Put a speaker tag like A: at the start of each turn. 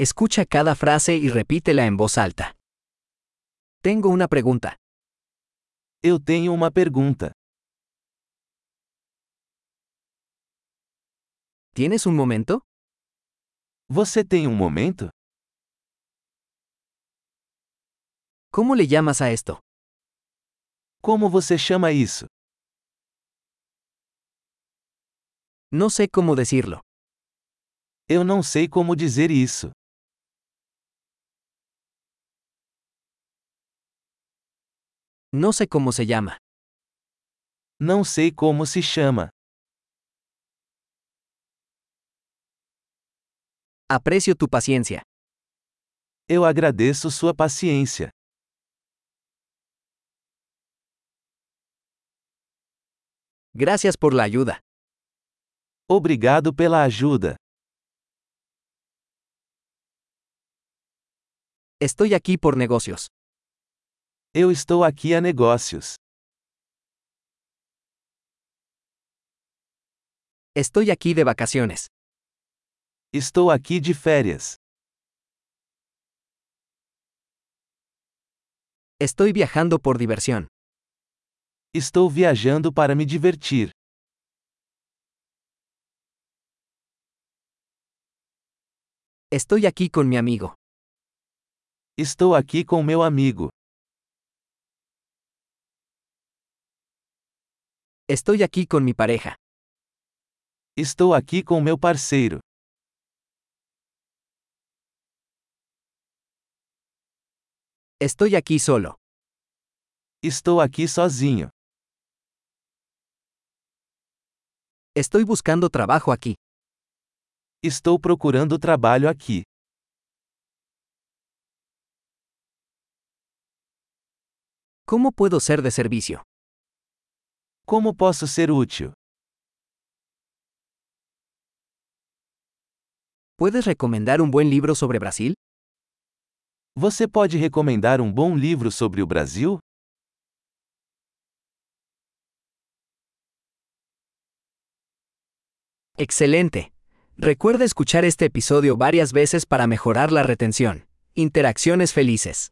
A: Escucha cada frase y repítela en voz alta. Tengo una pregunta.
B: Eu tenho uma pergunta.
A: ¿Tienes un momento?
B: Você tem um momento?
A: ¿Cómo le llamas a esto?
B: Como você chama isso?
A: No sé cómo decirlo.
B: Eu não sei como dizer isso.
A: No sé cómo se llama.
B: Não sei como se chama.
A: Aprecio tu paciencia.
B: Eu agradeço sua paciência.
A: Gracias por la ayuda.
B: Obrigado pela ajuda.
A: Estoy aquí por negocios.
B: Eu estou aqui a negócios.
A: Estoy aquí de vacaciones.
B: Estou aqui de férias.
A: Estoy viajando por diversión.
B: Estou viajando para me divertir.
A: Estoy aquí con mi amigo.
B: Estou aqui com meu amigo.
A: Estoy aquí con mi pareja.
B: Estou aqui com meu parceiro.
A: Estoy aquí solo.
B: Estou aqui sozinho.
A: Estoy buscando trabajo aquí.
B: Estou procurando trabalho aqui.
A: ¿Cómo puedo ser de servicio?
B: Como posso ser útil?
A: ¿Puedes recomendar un buen libro sobre Brasil?
B: Você pode recomendar um bom livro sobre o Brasil?
A: Excelente. Recuerda escuchar este episodio varias veces para mejorar la retención. Interacciones felices.